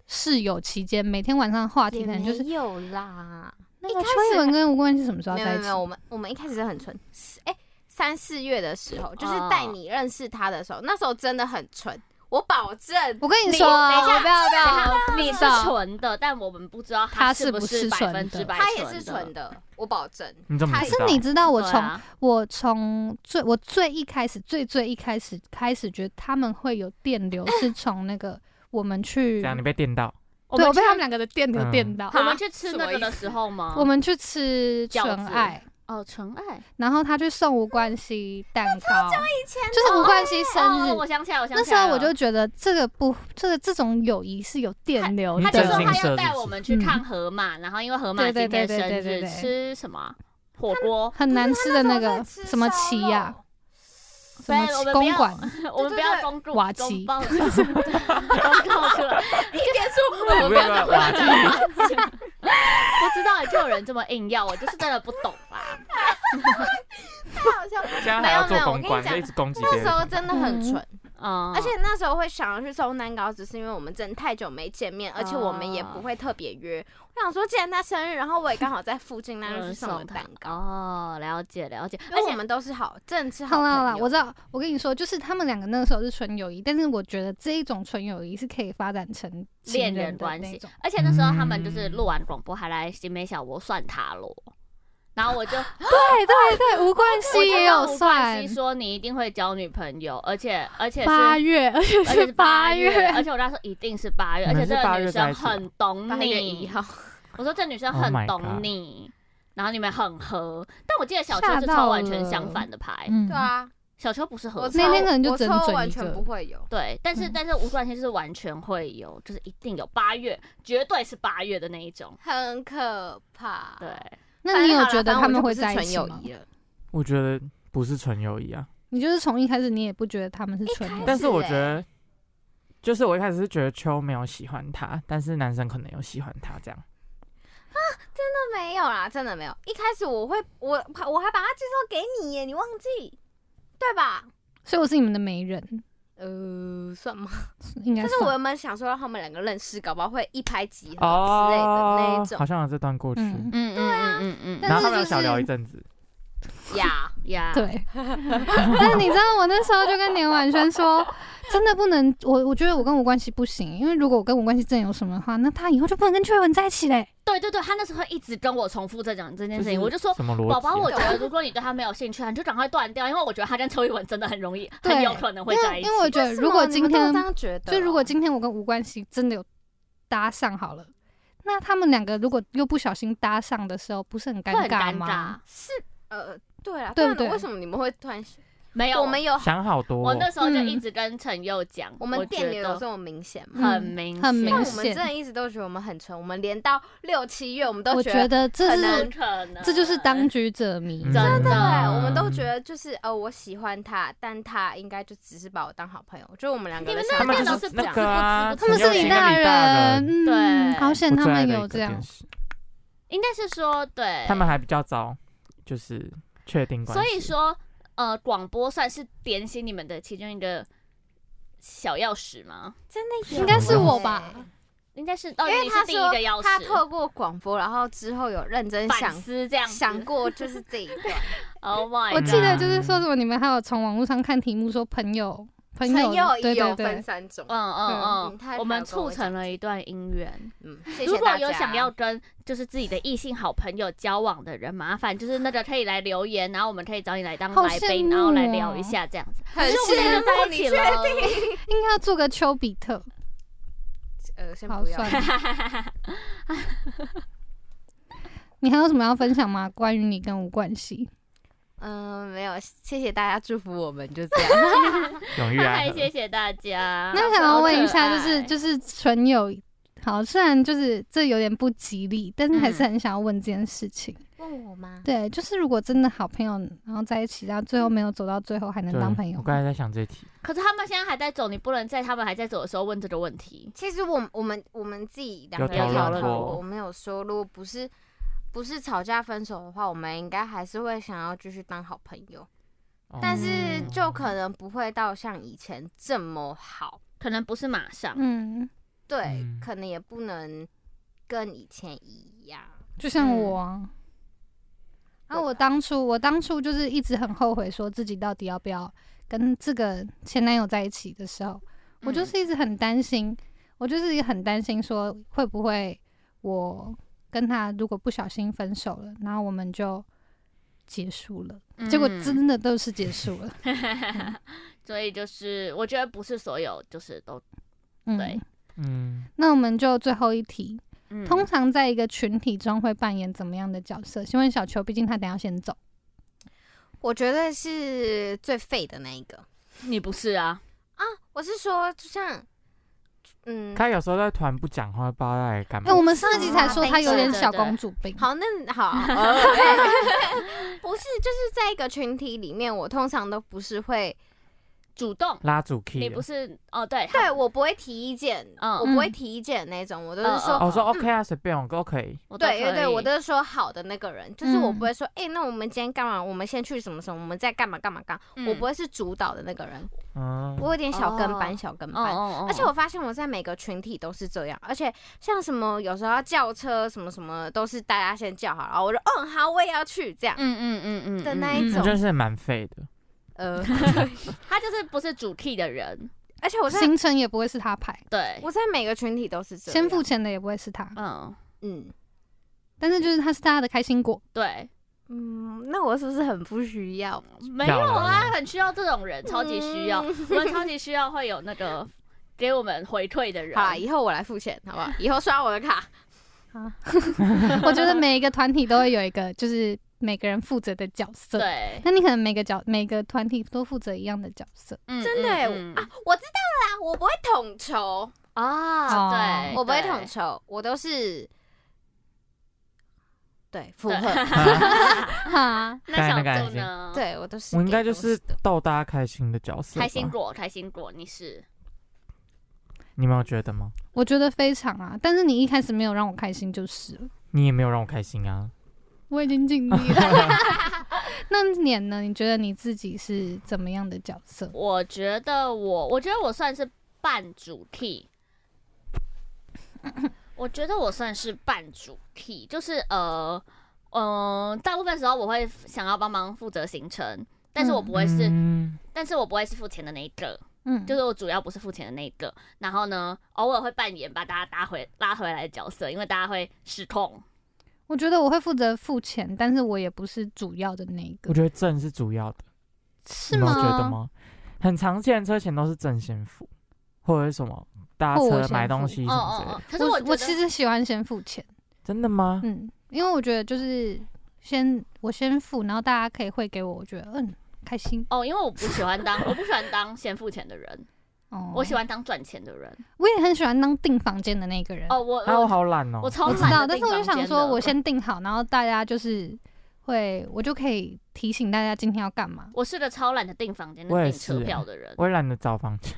Speaker 3: 室友期间，每天晚上的话题
Speaker 5: 也
Speaker 3: 可能就是
Speaker 5: 没有啦，
Speaker 3: 那
Speaker 5: 一
Speaker 3: 个
Speaker 5: 开
Speaker 3: 邱一
Speaker 5: 始
Speaker 3: 文跟吴冠是什么时候
Speaker 5: 没
Speaker 3: 要在
Speaker 5: 有没
Speaker 3: 一起
Speaker 5: 有没？有，我们我们一开始是很纯，是哎、三四月的时候，就是
Speaker 2: 哦
Speaker 5: 带你认识他的时候，那时候真的很纯，我保证。
Speaker 3: 我跟你
Speaker 2: 你
Speaker 3: 说，
Speaker 2: 等一下
Speaker 3: 不要不
Speaker 2: 等一
Speaker 3: 要
Speaker 2: 下，你哎是纯的，但我们不知道
Speaker 3: 他是
Speaker 2: 是
Speaker 3: 不是
Speaker 2: 是百
Speaker 3: 纯
Speaker 2: 分
Speaker 3: 的
Speaker 2: 之百
Speaker 5: 他也是
Speaker 2: 纯
Speaker 5: 纯
Speaker 2: 的。
Speaker 5: 的，我保证。
Speaker 4: 你怎么
Speaker 5: 他
Speaker 4: 知
Speaker 5: 也
Speaker 4: 道
Speaker 3: 是你知道我
Speaker 2: 对
Speaker 3: 从
Speaker 2: 啊
Speaker 3: 我从最我最一开始最最一开始开始觉得他们会有电流，是从那个我们去
Speaker 4: 这，样你被电到，
Speaker 2: 我
Speaker 3: 对
Speaker 2: 们
Speaker 3: 我被
Speaker 2: 去
Speaker 3: 他们两个的电流
Speaker 4: 嗯
Speaker 3: 电到。
Speaker 2: 我们去吃那个
Speaker 5: 什么
Speaker 2: 的
Speaker 5: 意思
Speaker 2: 时候吗？
Speaker 3: 我们去吃
Speaker 2: 饺
Speaker 3: 纯
Speaker 2: 子
Speaker 3: 爱，
Speaker 2: 哦，纯爱
Speaker 3: 然后他去送吴冠希蛋糕，就是吴冠希生
Speaker 2: 哦
Speaker 3: 日
Speaker 2: 我。想起来，我想
Speaker 3: 那
Speaker 2: 起
Speaker 3: 时
Speaker 2: 来
Speaker 3: 候
Speaker 2: 了
Speaker 3: 我就觉得这个不，这个这种友谊是有电流
Speaker 2: 哦他就
Speaker 4: 对
Speaker 2: 说
Speaker 4: 正
Speaker 3: 的
Speaker 4: 经。
Speaker 2: 他
Speaker 4: 色
Speaker 2: 要
Speaker 4: 是
Speaker 2: 带
Speaker 4: 不
Speaker 2: 我
Speaker 4: 是
Speaker 2: 们去看河马，然后因为河马
Speaker 3: 对对
Speaker 2: 今天
Speaker 3: 对
Speaker 2: 生
Speaker 3: 对对
Speaker 2: 日
Speaker 3: 对对
Speaker 2: 吃什么啊火锅，
Speaker 3: 很难吃的那个
Speaker 5: 不是他那时候在吃
Speaker 3: 什么棋呀、什么
Speaker 2: 对我们
Speaker 3: 棋
Speaker 2: 不
Speaker 3: 公
Speaker 2: 要
Speaker 3: 馆，
Speaker 2: 我们不要
Speaker 5: 对
Speaker 2: 公主
Speaker 3: 瓦
Speaker 2: 公
Speaker 3: 奇
Speaker 2: 报 公告出来，
Speaker 4: 不不不， 哇
Speaker 2: 不知道欸就有人这么硬要，我就是真的不懂啦。
Speaker 5: 太好笑了。
Speaker 4: 现在还要做公关，
Speaker 5: 没有没有我跟你讲
Speaker 4: 就一直攻击别
Speaker 5: 那
Speaker 4: 人。
Speaker 5: 时候真的很纯，
Speaker 2: 嗯，
Speaker 5: 而且那时候会想要去抽蛋糕，只是因为我们真的太久没见面，而且我们也不会特别约。我想说，既然他生日，然后我也刚好在附近，那
Speaker 2: 有
Speaker 5: 就去
Speaker 2: 人
Speaker 5: 嗯送了
Speaker 2: 送
Speaker 5: 蛋
Speaker 2: 蛋
Speaker 5: 糕。
Speaker 2: 哦，了解了解，
Speaker 5: 因
Speaker 2: 而
Speaker 5: 为我
Speaker 2: 且
Speaker 5: 们都是好，真的是好
Speaker 3: 好
Speaker 5: 朋
Speaker 3: 啦
Speaker 5: 友。
Speaker 3: 好啦，我知道。我跟你说，就是他们两个那个时候是纯友谊，但是我觉得这一种纯友谊是可以发展成情
Speaker 2: 恋
Speaker 3: 人
Speaker 2: 人
Speaker 3: 的
Speaker 2: 关
Speaker 3: 那
Speaker 2: 系
Speaker 3: 种。，
Speaker 2: 而且那时候他们就是录完广播还来集美小窝算塔罗，然后我就
Speaker 3: 对哎对对，吴冠希
Speaker 2: 我就
Speaker 3: 也
Speaker 2: 让
Speaker 3: 有
Speaker 2: 吴
Speaker 3: 算
Speaker 2: 冠希说你一定会交女朋友，而且而且
Speaker 3: 八
Speaker 2: 是。
Speaker 3: 月，而 且
Speaker 2: 而且
Speaker 3: 是
Speaker 2: 是
Speaker 3: 八
Speaker 2: 八
Speaker 3: 月，
Speaker 2: 而且我那时候一定是八月，而且
Speaker 4: 你们
Speaker 2: 这
Speaker 4: 是八
Speaker 2: 个
Speaker 4: 月
Speaker 2: 女
Speaker 4: 在
Speaker 2: 生
Speaker 4: 一起的
Speaker 2: 很懂
Speaker 5: 八月一
Speaker 2: 你。
Speaker 5: 号，
Speaker 2: 我说这女生
Speaker 4: Oh
Speaker 2: 很
Speaker 4: my
Speaker 2: 懂
Speaker 4: God
Speaker 2: 你，然后你们很合。但我记得小秋
Speaker 3: 吓
Speaker 2: 是
Speaker 3: 到
Speaker 2: 抽完全
Speaker 3: 了
Speaker 2: 相反的牌，
Speaker 3: 嗯
Speaker 5: 对啊，
Speaker 2: 小秋不是合
Speaker 5: 我
Speaker 2: 牌
Speaker 3: 那天
Speaker 5: 抽
Speaker 3: 可能就
Speaker 5: 我
Speaker 3: 整
Speaker 5: 抽
Speaker 3: 整
Speaker 5: 完
Speaker 3: 一
Speaker 5: 全
Speaker 3: 个
Speaker 5: 不会有。
Speaker 2: 对，但是、
Speaker 3: 嗯
Speaker 2: 但是无冠线就是完全会有，就是一定有八月，绝对是八月的那一种。
Speaker 5: 很可怕。
Speaker 2: 对，
Speaker 3: 那你有
Speaker 5: 反正好啦
Speaker 3: 觉得
Speaker 5: 反正
Speaker 3: 他们
Speaker 5: 我就
Speaker 3: 会
Speaker 5: 不是
Speaker 3: 在一
Speaker 5: 纯
Speaker 3: 起
Speaker 5: 友
Speaker 3: 吗？
Speaker 5: 谊了
Speaker 4: 我觉得不是纯友谊啊，
Speaker 3: 你就是从一开始你也不觉得他们是纯友谊
Speaker 4: 但是我
Speaker 5: 欸
Speaker 4: 觉得，就是我一开始是觉得秋没有喜欢他，但是男生可能有喜欢他这样。
Speaker 5: 真的没有啦，真的没有。一开始我会，我我还把他介绍给你耶，你忘记对吧？
Speaker 3: 所以我是你们的媒人，
Speaker 5: 呃，算吗？
Speaker 3: 应该
Speaker 5: 但
Speaker 3: 算。
Speaker 5: 是我原本想说让他们两个认识，搞不好会一拍即合之类的那
Speaker 4: 哦
Speaker 5: 一，种
Speaker 4: 好像有这段过去，
Speaker 3: 嗯
Speaker 2: 嗯嗯嗯嗯嗯
Speaker 3: 但
Speaker 4: 然后
Speaker 3: 是
Speaker 4: 他们有
Speaker 3: 就
Speaker 4: 小聊
Speaker 3: 是
Speaker 4: 一阵子，
Speaker 5: 呀。
Speaker 2: 呀，
Speaker 3: 对， 但是你知道我那时候就跟年婉轩说，真的不能，我我觉得我跟吴冠希不行，因为如果我跟吴冠希真的有什么的话，那他以后就不能跟邱文在一起嘞。
Speaker 2: 对对对，他那时候一直跟我重复这讲这件
Speaker 4: 就
Speaker 2: 事
Speaker 4: 是
Speaker 2: 情，我就说。
Speaker 4: 什么逻辑
Speaker 2: 宝
Speaker 4: 啊？
Speaker 2: 宝，我觉得如果你对他没有兴趣啊，你就赶快断掉，因为我觉得他跟邱一文真的很容易，
Speaker 3: 对
Speaker 2: 很有可能会在一
Speaker 3: 因
Speaker 2: 起。
Speaker 3: 为我觉得如果今
Speaker 5: 为什么你们
Speaker 3: 天
Speaker 5: 都这样觉得，
Speaker 3: 就如果今天我跟吴冠希真的有搭上好了，那他们两个如果又不小心搭上的时候，不是很
Speaker 2: 会
Speaker 3: 尴
Speaker 2: 很尴尬，
Speaker 3: 吗？
Speaker 5: 是呃，对啦，
Speaker 3: 对不
Speaker 5: 但
Speaker 3: 对
Speaker 5: 为什么你们会突然？
Speaker 2: 没有，
Speaker 5: 我们有，
Speaker 4: 想好多、
Speaker 2: 我
Speaker 4: 哦。
Speaker 2: 那时候
Speaker 3: 嗯
Speaker 2: 就一直跟陈佑讲，
Speaker 5: 我们电流有这
Speaker 2: 候
Speaker 5: 么明显吗？
Speaker 2: 很明
Speaker 3: 嗯很明
Speaker 2: 显
Speaker 5: 但
Speaker 3: 显
Speaker 5: 我们真的一直都觉得我们很纯，我们连到六七月我们都
Speaker 3: 我
Speaker 5: 觉
Speaker 3: 觉得
Speaker 5: 得
Speaker 3: 这
Speaker 5: 很
Speaker 3: 是
Speaker 5: 难
Speaker 2: 很可能，
Speaker 3: 这就是当局者迷，
Speaker 4: 嗯
Speaker 2: 真
Speaker 5: 对，
Speaker 2: 的
Speaker 5: 欸我们
Speaker 2: 嗯
Speaker 5: 都觉得就是呃，我喜欢他，但他应该就只是把我当好朋友，就我们两个
Speaker 2: 你
Speaker 5: 的
Speaker 2: 们
Speaker 5: 想
Speaker 4: 他
Speaker 2: 那
Speaker 5: 法
Speaker 4: 们
Speaker 2: 个
Speaker 4: 就
Speaker 2: 电脑
Speaker 4: 是
Speaker 2: 是
Speaker 4: 那个啊，
Speaker 2: 不
Speaker 3: 他们是
Speaker 2: 陈佑廷
Speaker 3: 李
Speaker 4: 李
Speaker 2: 跟
Speaker 3: 大
Speaker 4: 大
Speaker 3: 人，嗯，
Speaker 2: 对
Speaker 3: 好险
Speaker 4: 我
Speaker 3: 他
Speaker 4: 最爱
Speaker 3: 们
Speaker 4: 的一
Speaker 3: 有
Speaker 4: 个
Speaker 3: 这样
Speaker 4: 电。视
Speaker 2: 应该是说对，
Speaker 4: 他们还比较早，就是确定关
Speaker 2: 所
Speaker 4: 系。
Speaker 2: 以说，呃，广播算是点醒你们的其中一个小钥匙吗？
Speaker 5: 真的
Speaker 3: 应该是我吧？
Speaker 2: 应该是，哦，
Speaker 5: 因为
Speaker 2: 你
Speaker 5: 他
Speaker 2: 是第一
Speaker 5: 说
Speaker 2: 个钥匙，
Speaker 5: 他透过广播，然后之后有认真
Speaker 2: 反
Speaker 5: 想
Speaker 2: 思这样子
Speaker 5: 想过，就是这一段
Speaker 2: ，Oh my，
Speaker 3: 我
Speaker 2: god
Speaker 3: 记得就是说什么，你们还有从网络上看题目说朋友，朋
Speaker 5: 朋
Speaker 3: 友，
Speaker 5: 友
Speaker 3: 对对
Speaker 5: 有分
Speaker 3: 对，
Speaker 5: 三种。
Speaker 2: 嗯嗯
Speaker 5: 嗯他还
Speaker 2: 嗯，我们
Speaker 5: 有跟我
Speaker 2: 促成了一段姻缘。
Speaker 5: 嗯，谢
Speaker 2: 如
Speaker 5: 谢
Speaker 2: 果
Speaker 5: 大家。
Speaker 2: 有想要跟就是自己的异性好朋友交往的人，麻烦就是那个可以来留言，然后我们可以找你来当
Speaker 3: 好
Speaker 2: 来
Speaker 3: 羡
Speaker 2: 宾，
Speaker 3: 慕
Speaker 2: 然后来
Speaker 3: 哦
Speaker 2: 聊一下这样子。
Speaker 5: 很
Speaker 2: 可是我们
Speaker 5: 羡
Speaker 2: 现
Speaker 5: 慕
Speaker 2: 在在
Speaker 5: 你
Speaker 2: 一起
Speaker 5: 确
Speaker 2: 了，
Speaker 3: 应该要做个丘比特，
Speaker 5: 呃，先
Speaker 3: 好
Speaker 5: 不要。
Speaker 3: 算了。你还有什么要分享吗？关于你跟吴冠希，
Speaker 5: 嗯，没有，谢谢大家祝福我们，就 这样。
Speaker 4: 永玉
Speaker 2: 那
Speaker 4: 爱
Speaker 2: 还
Speaker 4: 河
Speaker 2: 谢谢大家。
Speaker 3: 那想
Speaker 2: 好
Speaker 3: 要
Speaker 2: 可
Speaker 3: 问一下，就
Speaker 2: 爱
Speaker 3: 是就是纯友好，虽然就是这有点不吉利，但是还是很想要问这件事情。
Speaker 5: 问我吗？
Speaker 3: 对，就是如果真的好朋友，然后在一起，然后最后没有走到最后，还能
Speaker 4: 对
Speaker 3: 当朋友
Speaker 4: 我刚才
Speaker 3: 吗？
Speaker 4: 在想这题，
Speaker 2: 可是他们现在还在走，你不能在他们还在走的时候问这个问题。
Speaker 5: 其实我我们我们自己两个
Speaker 2: 有
Speaker 5: 人
Speaker 2: 讨
Speaker 5: 讨
Speaker 2: 论
Speaker 5: 论
Speaker 4: 过
Speaker 5: 过，我们有说，如果不是不是吵架分手的话，我们应该还是会想要继续当好朋友，但是
Speaker 4: 哦
Speaker 5: 就可能不会到像以前这么好，
Speaker 2: 可能不是马上，
Speaker 3: 嗯，
Speaker 5: 对，
Speaker 4: 嗯
Speaker 5: 可能也不能跟以前一样。
Speaker 3: 就像
Speaker 5: 嗯
Speaker 3: 我啊，然后我当初我当初就是一直很后悔，说自己到底要不要跟这个前男友在一起的时候，
Speaker 2: 嗯
Speaker 3: 我就是一直很担心，我就是也很担心说会不会我跟他如果不小心分手了，然后我们就结束了，结果
Speaker 2: 嗯
Speaker 3: 真的都是结束了，
Speaker 2: 所以就是我觉得不是所有就是都
Speaker 3: 嗯，
Speaker 2: 对。
Speaker 4: 嗯，
Speaker 3: 那我们就最后一题，
Speaker 2: 嗯
Speaker 3: 通常在一个群体中会扮演怎么样的角色？请问小球，毕竟他等一下先走，
Speaker 5: 我觉得是最废的那一个
Speaker 2: 你不是啊，
Speaker 5: 啊，我是说，就像嗯，
Speaker 4: 他有时候在团不讲话，不知道在干嘛
Speaker 3: 哎、。我们上一集才
Speaker 5: 上
Speaker 3: 说他有
Speaker 5: 辈
Speaker 3: 点
Speaker 2: 子
Speaker 3: 小
Speaker 2: 嗯啊对对
Speaker 3: 公主病，
Speaker 5: 好，那好，呃 不是，就是在一个群体里面，我通常都不是会，
Speaker 2: 主动，
Speaker 4: 拉主 key，
Speaker 2: 你不是哦，对，好
Speaker 5: 对我不会提意见，
Speaker 2: 嗯
Speaker 5: 我不会提意见的那种，我都是
Speaker 2: 嗯嗯
Speaker 5: 说，
Speaker 4: 哦我说 OK 啊，随便我 OK，
Speaker 2: 我都
Speaker 5: 对对
Speaker 2: 可
Speaker 5: 对，
Speaker 2: 以
Speaker 5: 我都是说好的那个人，就是我不会说，哎，那我们今天干嘛？我们先去什么什么？我们再干嘛干嘛干嘛？
Speaker 2: 嗯
Speaker 5: 我不会是主导的那个人，
Speaker 4: 嗯，
Speaker 5: 我有点小跟
Speaker 2: 哦
Speaker 5: 班，小跟
Speaker 2: 哦
Speaker 5: 班。
Speaker 2: 哦哦，
Speaker 5: 而且我发现我在每个群体都是这样，而且像什么有时候要叫车什么什么，都是大家先叫好，然后我就嗯好，我也要去这样。
Speaker 2: 嗯嗯嗯嗯
Speaker 5: 的
Speaker 2: 嗯
Speaker 5: 那
Speaker 2: 嗯
Speaker 5: 一
Speaker 4: 我
Speaker 5: 种
Speaker 4: 觉得是蛮废 的。
Speaker 5: 呃，
Speaker 2: 他就是不是主 key 的人，
Speaker 5: 而且我在
Speaker 3: 行程也不会是他排，
Speaker 2: 对，
Speaker 5: 我在每个群体都是这样。
Speaker 3: 先付钱的也不会是他，
Speaker 2: 嗯，
Speaker 5: 嗯
Speaker 3: 但是就是他是大家的开心果。
Speaker 2: 对，
Speaker 5: 嗯，那我是不是很不需要？
Speaker 2: 没有
Speaker 4: 要
Speaker 2: 啊，
Speaker 4: 了
Speaker 2: 很需要这种人，超级需要，
Speaker 5: 嗯
Speaker 2: 我们超级需要会有那个给我们回馈的人
Speaker 5: 好。啦，以后我来付钱，好不 好？以后刷我的卡。
Speaker 3: 我觉得每一个团体都会有一个，就是每个人负责的角色。，
Speaker 2: 对，
Speaker 3: 那你可能每个角每个团体都负责一样的角色。
Speaker 2: 嗯
Speaker 5: 真的欸啊，我知道啦，我不会统筹，
Speaker 2: 啊，对，
Speaker 5: 我不会
Speaker 2: 对
Speaker 5: 统筹，我都是对附
Speaker 2: 对
Speaker 5: 和，
Speaker 3: 哈，
Speaker 2: 那小
Speaker 4: 刚才那个
Speaker 2: 豆
Speaker 4: 安静
Speaker 2: 呢？，
Speaker 5: 对我都是。
Speaker 4: 我应该就是逗大家开心的角色吧。
Speaker 2: 开心果，开心果，你是
Speaker 4: 你没有觉得吗？
Speaker 3: 我觉得非常啊，但是你一开始没有让我开心就是了，
Speaker 4: 你也没有让我开心啊。
Speaker 3: 我已经尽力了。那年呢？你觉得你自己是怎么样的角色？
Speaker 2: 我觉得我，我觉得我算是半主 key。我觉得我算是半主 key，就是呃，嗯、大部分时候我会想要帮忙负责行程，但是我不会是，
Speaker 4: 嗯
Speaker 2: 但是我不会是付钱的那一个，
Speaker 3: 嗯，
Speaker 2: 就是我主要不是付钱的那一个。然后呢，偶尔会扮演把大家拉回拉回来的角色，因为大家会失控。
Speaker 3: 我觉得我会负责付钱，但是我也不是主要的那一个
Speaker 4: 我，觉得正是主要的，
Speaker 3: 是
Speaker 4: 你没有
Speaker 3: 吗？
Speaker 4: 觉得吗？很常见的车钱都是正先付，或者是什么搭
Speaker 3: 或我
Speaker 4: 车
Speaker 3: 先
Speaker 4: 买东
Speaker 3: 付
Speaker 4: 西
Speaker 2: 哦
Speaker 4: 什么之类
Speaker 2: 哦
Speaker 4: 的。
Speaker 2: 哦，可是
Speaker 3: 我
Speaker 2: 我
Speaker 3: 我
Speaker 2: 觉
Speaker 3: 其
Speaker 2: 得
Speaker 3: 实喜欢先付钱，
Speaker 4: 真的吗？
Speaker 3: 嗯，因为我觉得就是先我先付，然后大家可以汇给我，我觉得嗯开心
Speaker 2: 哦，因为我不喜欢当我不喜欢当先付钱的人，
Speaker 3: 哦。
Speaker 2: 我喜，欢当赚钱的人。
Speaker 3: 我也很喜欢当订房间的那个人，
Speaker 2: 哦，我
Speaker 4: 啊，我
Speaker 2: 我
Speaker 4: 好懒哦
Speaker 2: 我。超
Speaker 3: 我知道，
Speaker 2: 懒的
Speaker 3: 但
Speaker 2: 订
Speaker 3: 是我就
Speaker 2: 房
Speaker 3: 想
Speaker 2: 间
Speaker 3: 说
Speaker 2: 的
Speaker 3: 我先订好，然后大家就是会，我就可以提醒大家今天要干嘛。
Speaker 2: 我是个超懒的订房间、
Speaker 4: 我也
Speaker 2: 订
Speaker 4: 是
Speaker 2: 车
Speaker 4: 欸
Speaker 2: 票的人。
Speaker 4: 我也懒得找房间，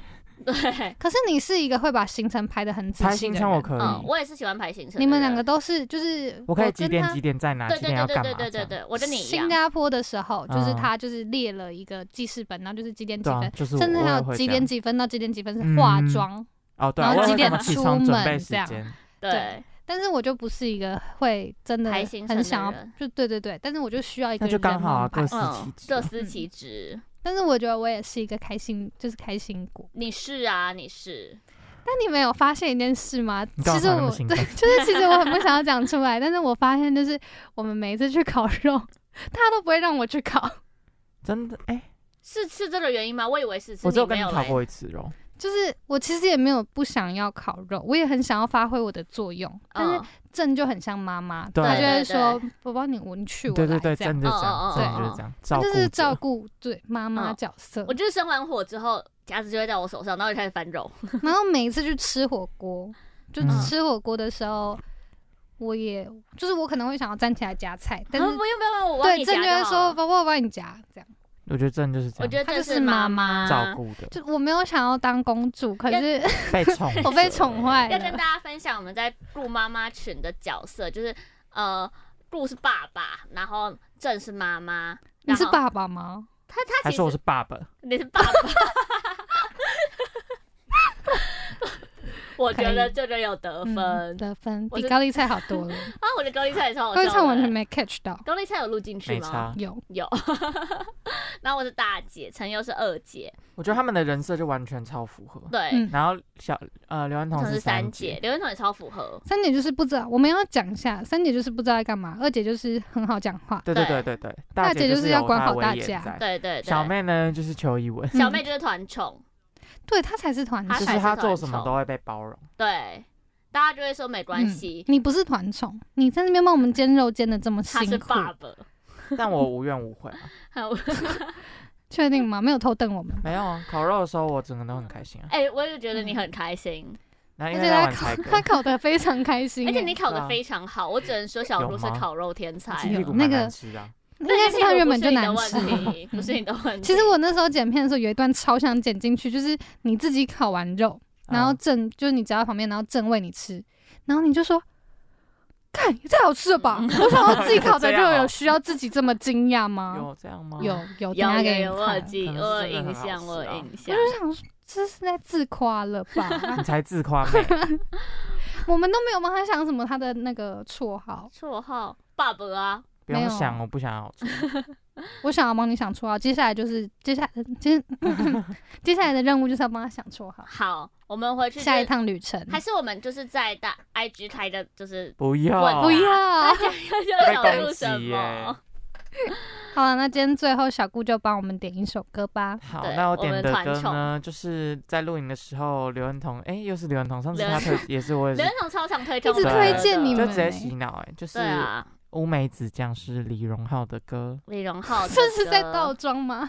Speaker 2: 对，
Speaker 3: 可是你是一个会把行程排的很仔
Speaker 4: 拍
Speaker 3: 细
Speaker 4: 行
Speaker 3: 的
Speaker 4: 程我
Speaker 3: 人，
Speaker 4: 可
Speaker 2: 嗯，
Speaker 4: 以，
Speaker 2: 我也是喜欢排行程的人。
Speaker 3: 你们两个都是就是
Speaker 4: 我可以
Speaker 3: 跟
Speaker 4: 几点
Speaker 3: 他
Speaker 4: 几点在哪，
Speaker 2: 对
Speaker 4: 几
Speaker 2: 对
Speaker 4: 点要
Speaker 2: 对
Speaker 4: 干
Speaker 2: 对
Speaker 4: 嘛？
Speaker 2: 对对对
Speaker 4: 这样
Speaker 2: 对，我跟你一
Speaker 3: 新
Speaker 2: 样。
Speaker 3: 加坡的时候，就是
Speaker 4: 嗯
Speaker 3: 他就是列了一个记事本，然后就是几点几
Speaker 4: 对
Speaker 3: 分
Speaker 4: 啊，，就是我
Speaker 3: 甚至还
Speaker 4: 我也
Speaker 3: 有
Speaker 4: 会
Speaker 3: 几
Speaker 4: 这
Speaker 3: 点
Speaker 4: 样
Speaker 3: 几分到几点几分是
Speaker 4: 嗯
Speaker 3: 化妆，
Speaker 4: 哦，对啊，
Speaker 3: 然后
Speaker 4: 我
Speaker 3: 几
Speaker 4: 也会
Speaker 3: 点
Speaker 4: 什么起
Speaker 3: 出
Speaker 4: 床准
Speaker 3: 门
Speaker 4: 备
Speaker 3: 这
Speaker 4: 时
Speaker 3: 样
Speaker 4: 间，
Speaker 2: 对，
Speaker 3: 但是我就不是一个会真的
Speaker 2: 排行程
Speaker 3: 很
Speaker 2: 的
Speaker 3: 想要
Speaker 2: 人，
Speaker 3: 就对对对，但是我就需要一个
Speaker 4: 那就
Speaker 3: 人
Speaker 4: 刚好啊，
Speaker 3: 安排
Speaker 4: 各司其
Speaker 2: 嗯，各
Speaker 4: 职。
Speaker 2: 司其职。
Speaker 3: 但是我觉得我也是一个开心，就是开心果。
Speaker 2: 你是啊，你是。
Speaker 3: 但你没有发现一件事吗？
Speaker 4: 你干
Speaker 3: 其
Speaker 4: 嘛
Speaker 3: 实
Speaker 4: 突然那
Speaker 3: 我
Speaker 4: 么
Speaker 3: 对，
Speaker 4: 兴
Speaker 3: 就
Speaker 4: 奋
Speaker 3: 是其实我很不想要讲出来，但是我发现就是我们每一次去烤肉，他都不会让我去烤，
Speaker 4: 真的，哎，
Speaker 2: 是是这个原因吗？我以为是，是
Speaker 4: 我只有
Speaker 2: 你
Speaker 4: 跟
Speaker 2: 没
Speaker 4: 你
Speaker 2: 有
Speaker 4: 烤
Speaker 2: 来。
Speaker 4: 过一次肉，
Speaker 3: 就是我其实也没有不想要烤肉，我也很想要发挥我的作用，但是
Speaker 2: 嗯，
Speaker 3: 正就很像妈妈，
Speaker 4: 对
Speaker 3: 她就会
Speaker 2: 对对
Speaker 3: 说：“宝宝，你我你去，我
Speaker 4: 对对
Speaker 3: 来
Speaker 4: 对，
Speaker 3: 这样
Speaker 4: 真的就
Speaker 2: 嗯
Speaker 4: 这
Speaker 2: 嗯
Speaker 4: 样，
Speaker 2: 嗯
Speaker 4: 真
Speaker 3: 嗯她
Speaker 4: 的就是这样，照顾
Speaker 3: 就是照
Speaker 4: 者
Speaker 3: 顾对妈妈
Speaker 2: 嗯
Speaker 3: 角色
Speaker 2: 我。就是 生完火之后，夹子就会在我手上，然后就开始翻肉。
Speaker 3: 然后每一次去吃火锅，就
Speaker 4: 嗯
Speaker 3: 吃火锅的时候，我也就是我可能会想要站起来夹菜，但
Speaker 2: 啊
Speaker 3: 是
Speaker 2: 不用不用，不用我帮
Speaker 3: 嗯对
Speaker 2: 你
Speaker 3: 郑
Speaker 2: 夹
Speaker 3: 就
Speaker 2: 就
Speaker 3: 会说
Speaker 2: 好了。
Speaker 3: 爸爸我帮你夹这样。
Speaker 4: 我觉得真的就是这
Speaker 2: 我
Speaker 4: 样，
Speaker 2: 觉得
Speaker 3: 她
Speaker 2: 这
Speaker 3: 就是
Speaker 2: 是
Speaker 3: 妈
Speaker 2: 妈
Speaker 4: 照顾的，
Speaker 3: 就我没有想要当公主，可
Speaker 2: 要
Speaker 3: 是，
Speaker 4: 被宠
Speaker 3: 我被宠。坏
Speaker 2: 要跟
Speaker 3: 了。
Speaker 2: 大家分享我们在顾妈妈群的角色，就是呃，顾是爸爸，然后郑是妈妈。
Speaker 3: 你
Speaker 2: 然
Speaker 3: 是
Speaker 2: 后
Speaker 3: 爸爸吗？
Speaker 2: 他他
Speaker 4: 还
Speaker 2: 其
Speaker 4: 说我
Speaker 2: 实
Speaker 4: 是爸爸，
Speaker 2: 你是爸爸。 我觉得这个有得分
Speaker 3: 嗯，得分
Speaker 2: 我
Speaker 3: 比
Speaker 2: 是
Speaker 3: 高丽菜好多 了。
Speaker 2: 啊！我的高丽菜也超好
Speaker 3: 高丽菜
Speaker 2: 笑
Speaker 3: 完全
Speaker 2: 的。
Speaker 3: 没 catch 到，
Speaker 2: 高丽菜有录进去
Speaker 4: 没
Speaker 2: 吗？
Speaker 4: 差。
Speaker 3: 有
Speaker 2: 有。 然后我是大姐，陈优是二姐，
Speaker 4: 我觉得他们的人设就完全超符合。
Speaker 2: 对，
Speaker 3: 嗯，
Speaker 4: 然后小呃刘安彤
Speaker 2: 陈是
Speaker 4: 三
Speaker 2: 三姐，，刘文彤也超符合。
Speaker 3: 三姐就是不知道，我们要讲一下，三姐就是不知道在干嘛，二姐就是很好讲话，
Speaker 4: 对对对对对，大
Speaker 3: 大姐就是
Speaker 4: 是
Speaker 3: 要
Speaker 4: 有
Speaker 3: 管
Speaker 4: 她
Speaker 3: 好
Speaker 4: 的
Speaker 3: 大
Speaker 4: 威严
Speaker 3: 家
Speaker 4: 在。
Speaker 2: 对对对，
Speaker 4: 小妹呢就是邱一
Speaker 3: 嗯
Speaker 4: 文，
Speaker 2: 小妹就是团宠，
Speaker 3: 对她才是团
Speaker 2: 她
Speaker 3: 宠
Speaker 4: 就
Speaker 2: 才。
Speaker 4: 是她
Speaker 2: 是
Speaker 4: 做
Speaker 2: 团
Speaker 4: 什么
Speaker 2: 宠
Speaker 4: 都会被 包容。
Speaker 2: 对，大家就会说没
Speaker 3: 嗯
Speaker 2: 关系，
Speaker 3: 你不是团宠，你在那边帮我们煎肉煎的这么
Speaker 2: 他
Speaker 3: 辛
Speaker 2: 是
Speaker 3: 苦，
Speaker 2: 爸 爸。
Speaker 4: 但我无怨无悔啊，
Speaker 2: 还有
Speaker 3: 确定吗？没有偷瞪我们，
Speaker 4: 没有啊。烤肉的时候我整个都很开心啊，
Speaker 2: 哎、我也觉得你很开心，
Speaker 4: 然
Speaker 3: 而
Speaker 4: 后因
Speaker 3: 且
Speaker 4: 为在
Speaker 3: 她 考
Speaker 4: 玩猜歌，
Speaker 3: 她考得非常开心耶，欸
Speaker 2: 而且你考的
Speaker 4: 啊
Speaker 2: 非常好，我只能说小鹿是
Speaker 4: 有吗
Speaker 2: 烤肉天才哦
Speaker 4: 鸡屁
Speaker 2: 了。
Speaker 4: 股
Speaker 3: 哦那
Speaker 4: 蛮
Speaker 3: 个
Speaker 4: 难吃的啊。
Speaker 3: 应该是她原本就难
Speaker 2: 那
Speaker 3: 吃
Speaker 2: 些。都不是你的问题，不是你的问题。
Speaker 3: 其实我那时候剪片的时候有一段超想剪进去，就是你自己烤完肉，然后
Speaker 4: 嗯
Speaker 3: 正就是你夹在旁边，然后正喂你吃，然后你就说：“看，也太好吃了 吧！”我想我自己烤的
Speaker 4: 有这
Speaker 3: 肉
Speaker 4: 样哦
Speaker 3: 有需要自己这么惊讶吗？
Speaker 4: 嗯有这样吗？
Speaker 3: 哦有
Speaker 2: 有
Speaker 3: 有，等下
Speaker 2: 有
Speaker 3: 给
Speaker 2: 有，
Speaker 3: 你
Speaker 2: 我有
Speaker 3: 看。
Speaker 2: 记，
Speaker 4: 可能
Speaker 2: 我
Speaker 4: 是
Speaker 2: 有
Speaker 4: 真的
Speaker 2: 印
Speaker 4: 很
Speaker 2: 象，
Speaker 4: 好
Speaker 2: 我
Speaker 4: 吃
Speaker 2: 有
Speaker 4: 啊
Speaker 2: 印象
Speaker 3: 我。就想说，这是在自夸了
Speaker 4: 你
Speaker 3: 吧？
Speaker 4: 才自夸 妹，
Speaker 3: 我们都没有帮他想什么他的那个绰号，
Speaker 2: 绰号爸爸啊，
Speaker 4: 不
Speaker 3: 没
Speaker 4: 用
Speaker 3: 有
Speaker 4: 想，我不想要做。
Speaker 3: 我想要帮你想绰号。接下来就是接下来的，接 接下来的任务就是要帮他想绰号。
Speaker 2: 好，我们回去就
Speaker 3: 下一，趟旅程
Speaker 2: 还是我们就是在大 IG 开的， 就是
Speaker 4: 不
Speaker 2: 问
Speaker 4: 要，啊
Speaker 3: 不要。
Speaker 2: 就是小
Speaker 4: 被
Speaker 2: 鹿
Speaker 4: 攻
Speaker 2: 什
Speaker 4: 击耶
Speaker 2: 么？
Speaker 3: 好了，那今天最后小顾就帮我们点一首歌吧。
Speaker 4: 好，
Speaker 2: 对
Speaker 4: 那我
Speaker 2: 我们
Speaker 4: 点的
Speaker 2: 团
Speaker 4: 歌
Speaker 2: 宠
Speaker 4: 呢，就是在录影的时候，刘恩彤，哎，又是刘恩彤，上次
Speaker 2: 刘
Speaker 4: 他
Speaker 2: 恩
Speaker 4: 推也是我也
Speaker 2: 刘
Speaker 4: 是
Speaker 2: 文，彤超常推荐
Speaker 3: 一
Speaker 2: 我
Speaker 3: 直
Speaker 2: 们的歌的，
Speaker 4: 推
Speaker 3: 荐你
Speaker 4: 就
Speaker 3: 们
Speaker 4: 直接
Speaker 3: 欸
Speaker 4: 洗脑，哎，就是
Speaker 2: 对啊，
Speaker 4: 乌梅子酱是李荣浩的歌，
Speaker 2: 李荣浩的
Speaker 3: 这是在
Speaker 2: 歌
Speaker 3: 倒装吗？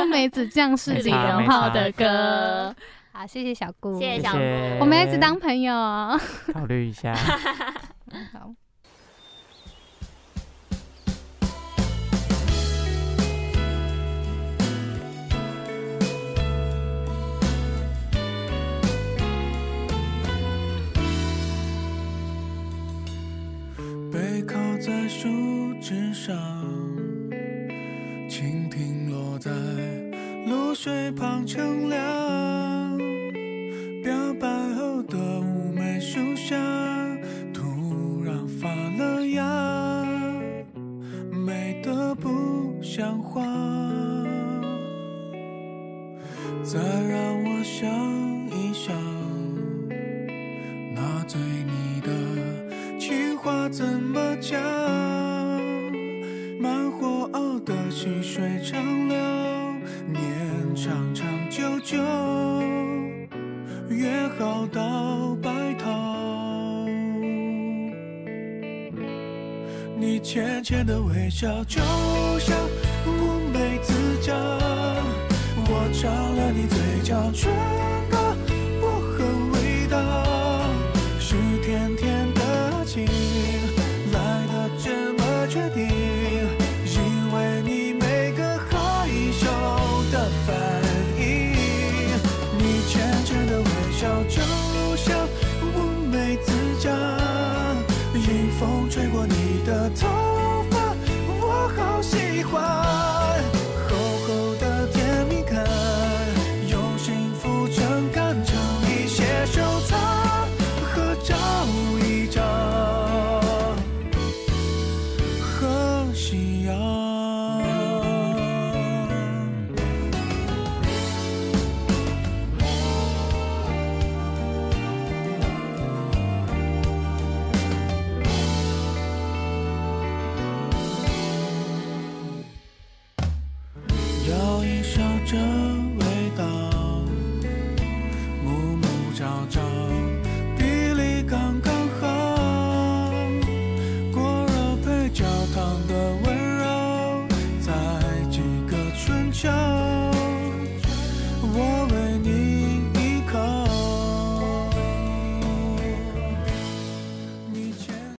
Speaker 3: 乌梅子酱是
Speaker 4: 没
Speaker 3: 李
Speaker 2: 李
Speaker 4: 差
Speaker 3: 荣
Speaker 2: 荣
Speaker 4: 没
Speaker 3: 浩
Speaker 2: 浩
Speaker 4: 差
Speaker 3: 的
Speaker 2: 的
Speaker 3: 歌
Speaker 2: 歌。。
Speaker 3: 好，谢谢小顾，
Speaker 2: 谢
Speaker 4: 谢
Speaker 2: 谢小
Speaker 4: 谢，
Speaker 2: 鹿
Speaker 3: 我们要一直当朋友哦。
Speaker 4: 考虑一下。
Speaker 3: 好，
Speaker 6: 背靠在树枝上，蜻蜓落在露水旁乘凉。表白后的乌梅树下，突然发了芽，美得不像话。再让我想一想，那对你的。情话怎么讲？慢火熬的细水长流，念长长久久，约好到白头。你浅浅的微笑，就像乌梅子酱，我尝了你嘴角唇膏薄荷味道。是甜甜的情来的这么确定，因为你每个害羞的反应，你浅浅的微笑就像乌梅子酱，迎风吹过你的头